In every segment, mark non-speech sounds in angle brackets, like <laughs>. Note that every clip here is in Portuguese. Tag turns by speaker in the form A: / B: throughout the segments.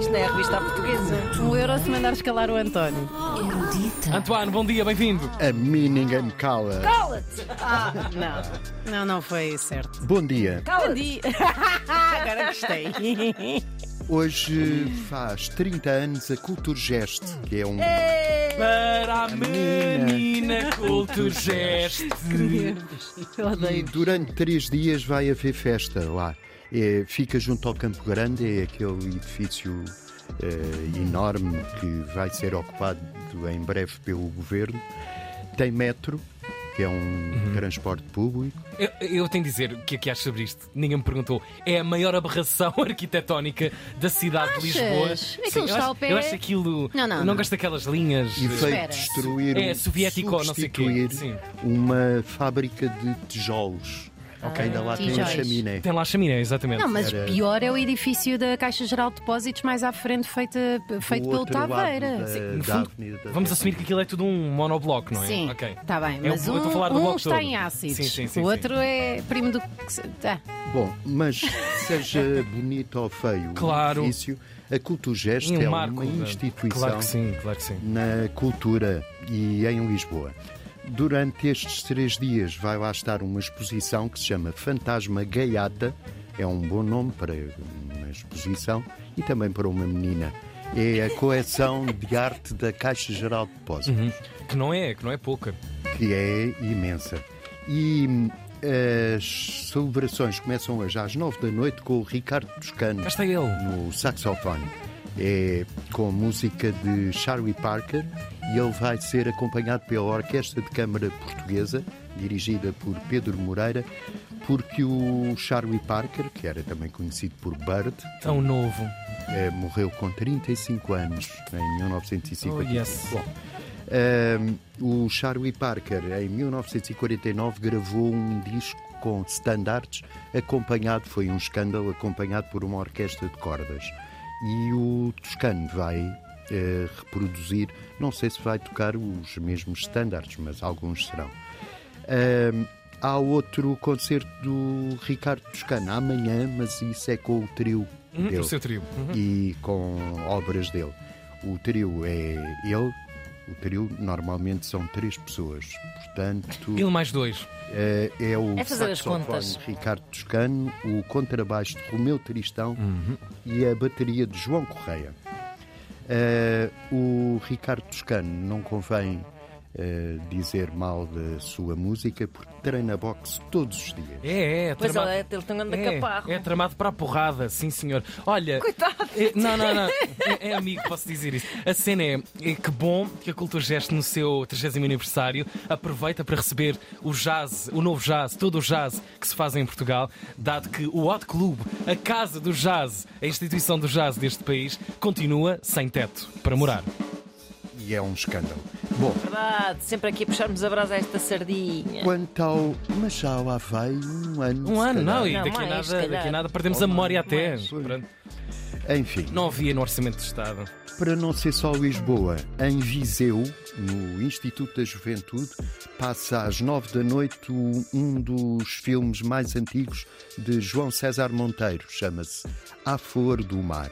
A: Isto não é a revista à portuguesa.
B: Um euro se mandar escalar o António.
C: Antoine, bom dia, bem-vindo.
D: A mim ninguém me cala.
B: Não, não, não foi certo.
D: Bom dia.
B: Bom dia. Agora gostei.
D: Hoje faz 30 anos a Culturgest, que é um.
C: Para a menina Culturgest.
B: Eu
D: E
B: odeio.
D: durante três dias vai haver festa lá. É, fica junto ao Campo Grande, é aquele edifício eh, enorme que vai ser ocupado em breve pelo governo. Tem metro, que é um
C: Uhum.
D: transporte público.
C: Eu, eu tenho de dizer o que é que achas sobre isto. Ninguém me perguntou. É a maior aberração <laughs> arquitetónica da cidade de Lisboa.
B: Aquilo está
C: eu, acho,
B: ao pé.
C: eu acho aquilo.
B: Não, não,
C: eu
B: não.
C: gosto daquelas linhas.
D: E veio
B: Espera.
D: destruir um,
C: É, soviético ou não sei quê,
D: substituir
C: sim.
D: uma fábrica de tijolos. que ainda
C: Ah,
D: lá tem a
B: tijolos.
D: chaminé.
C: Tem lá a chaminé, exatamente.
B: Não, mas
D: Era-
B: pior é o edifício da Caixa Geral de Depósitos mais à frente, feito, feito
D: Do
B: pelo
D: outro lado
B: Taveira.
D: da-
B: Sim.
C: No
D: da
C: fundo,
D: Avenida da
C: vamos
D: República.
C: assumir que aquilo é tudo um monobloco, não é?
B: Sim,
C: Ok.
B: está bem,
C: Eu
B: mas
C: vou- eu
B: um,
C: estou a falar do
B: um
C: bloco
B: está
C: todo.
B: em ácidos,
C: Sim, sim, sim,
B: o
C: sim.
B: outro é primo do. que se- tá.
D: Bom, mas <laughs> seja bonito ou feio
C: Claro.
D: o edifício, a Culturgest
C: E
D: é
C: um marco.
D: uma
C: da-
D: instituição
C: Claro que sim, claro que sim.
D: na cultura e em Lisboa. Durante estes três dias vai lá estar uma exposição que se chama Fantasma Gaiata, é um bom nome para uma exposição e também para uma menina. É a coleção de arte da Caixa Geral de Depósitos
C: Que não é, que não é pouca.
D: que é imensa. E hum, as celebrações começam hoje às nove da noite com o Ricardo Toscano
C: Cá está ele.
D: no saxofone. É com música de Charlie Parker e ele vai ser acompanhado pela Orquestra de Câmara Portuguesa, dirigida por Pedro Moreira, porque o Charlie Parker, que era também conhecido por Bird,
C: Tão novo.
D: eh, morreu com 35 anos, em 1950.
C: Oh, yes.
D: Bom, ehm, o Charlie Parker, em 1949, gravou um disco com standards, acompanhado, foi um escândalo, acompanhado por uma orquestra de cordas. E o Toscano vai eh, reproduzir, não sei se vai tocar os mesmos standards, mas alguns serão. Ahm, há outro concerto do Ricardo Toscano amanhã, mas isso é com o trio
C: Hum,
D: dele
C: o seu trio. Uhum.
D: e com obras dele. O trio é ele, o trio normalmente são três pessoas, portanto
C: Ele mais dois.
D: eh, é o
A: É fazer as
D: saxofone
A: contas.
D: Ricardo Toscano, o contrabaixo de Romeu Tristão
C: Uhum.
D: e a bateria de João Correia. Eh, o Ricardo Toscano não convém eh, dizer mal da sua música porque treina boxe todos os dias.
C: É, é,
A: Pois
C: trama-
A: é, ele tem um grande caparro.
C: é tramado para a porrada, sim senhor. Olha. Coitado! não, não, não. É, é amigo, posso dizer isso. A cena é, é que bom que a Cultura Gesto, no seu 30 aniversário, aproveita para receber o jazz, o novo jazz, todo o jazz que se faz em Portugal, dado que o Hot Club, a casa do jazz, a instituição do jazz deste país, continua sem teto para morar.
D: E é um escândalo. Bom,
A: Verdade, sempre aqui a puxarmos a brasa a esta sardinha.
D: quanto ao. Mas já lá vai um ano.
C: Um ano,
D: se calhar.
C: não, e
A: Não,
C: daqui a
A: mais, se
C: nada,
A: calhar.
C: daqui a nada perdemos a memória até.
D: mais.
C: Pronto.
D: Enfim.
C: Não havia no Orçamento de Estado.
D: Para não ser só Lisboa, em Viseu, no Instituto da Juventude, passa às nove da noite o- um dos filmes mais antigos de João César Monteiro, chama-se A Flor do Mar.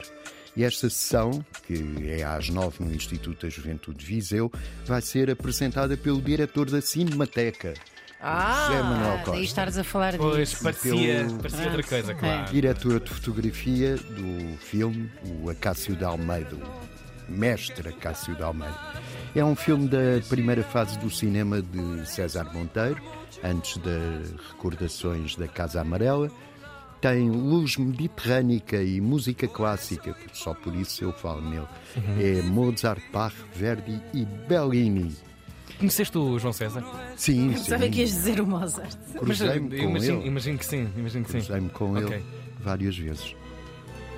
D: E esta sessão, que é às nove no Instituto da Juventude de Viseu, vai ser apresentada pelo diretor da Cinemateca, José Manuel
B: Daí
D: Costa.
B: estares a falar
C: Pois,
B: disso.
C: parecia,
D: Pelo-
C: parecia
B: Ah,
C: outra coisa, claro.
D: Diretor de fotografia do filme, o Acácio de Almeida, o mestre Acácio de Almeida. É um filme da primeira fase do cinema de César Monteiro, antes das recordações da Casa Amarela. Tem luz mediterrânica e música clássica, porque só por isso eu falo nele. É Mozart, Bach, Verdi e Bellini.
C: Conheceste o João César?
D: Sim, sim.
B: Sabe é que ias dizer o Mozart?
D: Cruzei-me
C: Mas,
D: com
C: imagino,
D: ele.
C: imagino que sim, imagino que sim.
D: Cruzei-me com
C: Ok.
D: ele várias vezes.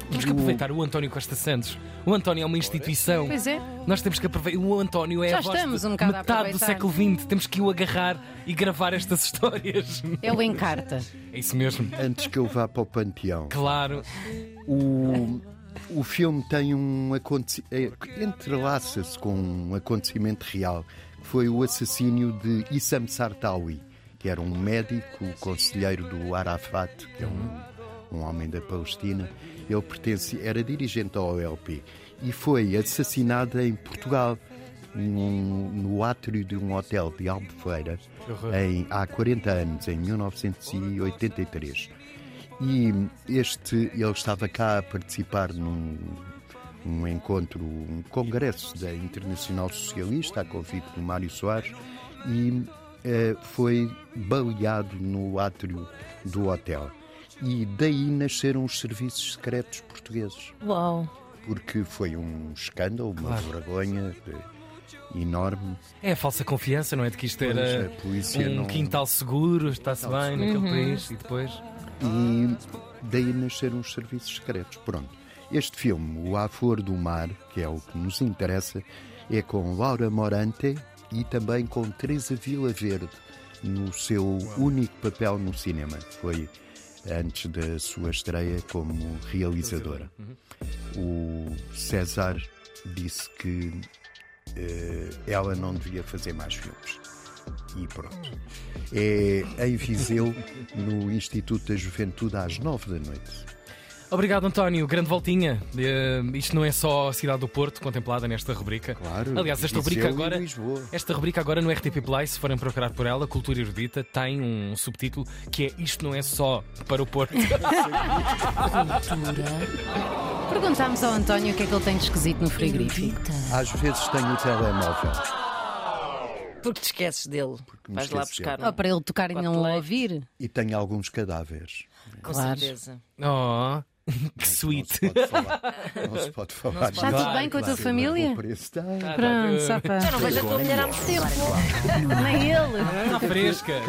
C: Temos que
D: O-
C: aproveitar o António Costa Santos. O António é uma instituição.
B: Pois é.
C: Nós temos que aproveitar. O António é
B: Já
C: a voz
B: estamos
C: de
B: um bocado a
C: metade do
B: aproveitar.
C: século XX. Temos que o agarrar e gravar estas <laughs> histórias.
B: É o Encarta.
C: É isso mesmo.
D: Antes que eu vá para o panteão.
C: Claro.
D: O, o filme tem um aconte- eh, entrelaça-se com um acontecimento real, que foi o assassínio de Issam Sartawi, que era um médico, o conselheiro do Arafat, que é um, um homem da Palestina, Ele pertence, era dirigente da OLP e foi assassinado em Portugal, num- no átrio de um hotel de Albufeira, em- há 40 anos, em 1983. E este, ele estava cá a participar num um encontro, um congresso da Internacional Socialista, a convite do Mário Soares, e eh, foi baleado no átrio do hotel. E daí nasceram os serviços secretos portugueses,
A: Uau.
D: porque foi um escândalo, uma vergonha eh, enorme.
C: É a falsa confiança, não é? De que isto era
D: Pois, a polícia
C: um
D: não-
C: quintal seguro, está-se bem naquele
B: Uhum.
C: país e depois.
D: E daí nasceram os serviços secretos. Pronto. Este filme, O Afor do Mar, que é o que nos interessa, é com Laura Morante e também com Teresa Vila Verde, no seu único papel no cinema. Foi antes da sua estreia como realizadora. O César disse que eh, ela não devia fazer mais filmes. E pronto. É em Viseu, no Instituto da Juventude, às nove da noite.
C: Obrigado, António. Grande voltinha. Eh, isto não é só a cidade do Porto contemplada nesta rubrica.
D: Claro,
C: Aliás, esta
D: Viseu
C: rubrica
D: e
C: agora.
D: Lisboa.
C: Esta rubrica agora no RTP Play, se forem procurar por ela, Cultura Erudita, tem um subtítulo que é Isto não é só para o
D: <laughs>
C: Porto. Oh,
B: Perguntámos ao António o que é que ele tem de esquisito no frigorífico.
D: Às vezes tenho o telemóvel.
A: Porque te esqueces dele.
D: me
A: Vais lá
D: esqueço
A: buscar
D: dele.
A: um.
B: Ou para ele tocar e não o
A: Quatro
B: ouvir.
D: E tenho alguns cadáveres.
A: Com
B: Claro.
A: certeza.
C: Oh, que
D: Não
C: sweet.
D: se pode falar. Não se pode falar.
B: Está tudo bem com a tua família?
D: O preço está.
B: Pronto, só
A: Já
B: para.
A: não vejo a tua
C: Eh,
A: mulher há muito tempo.
B: Nem ele.
C: Está fresca.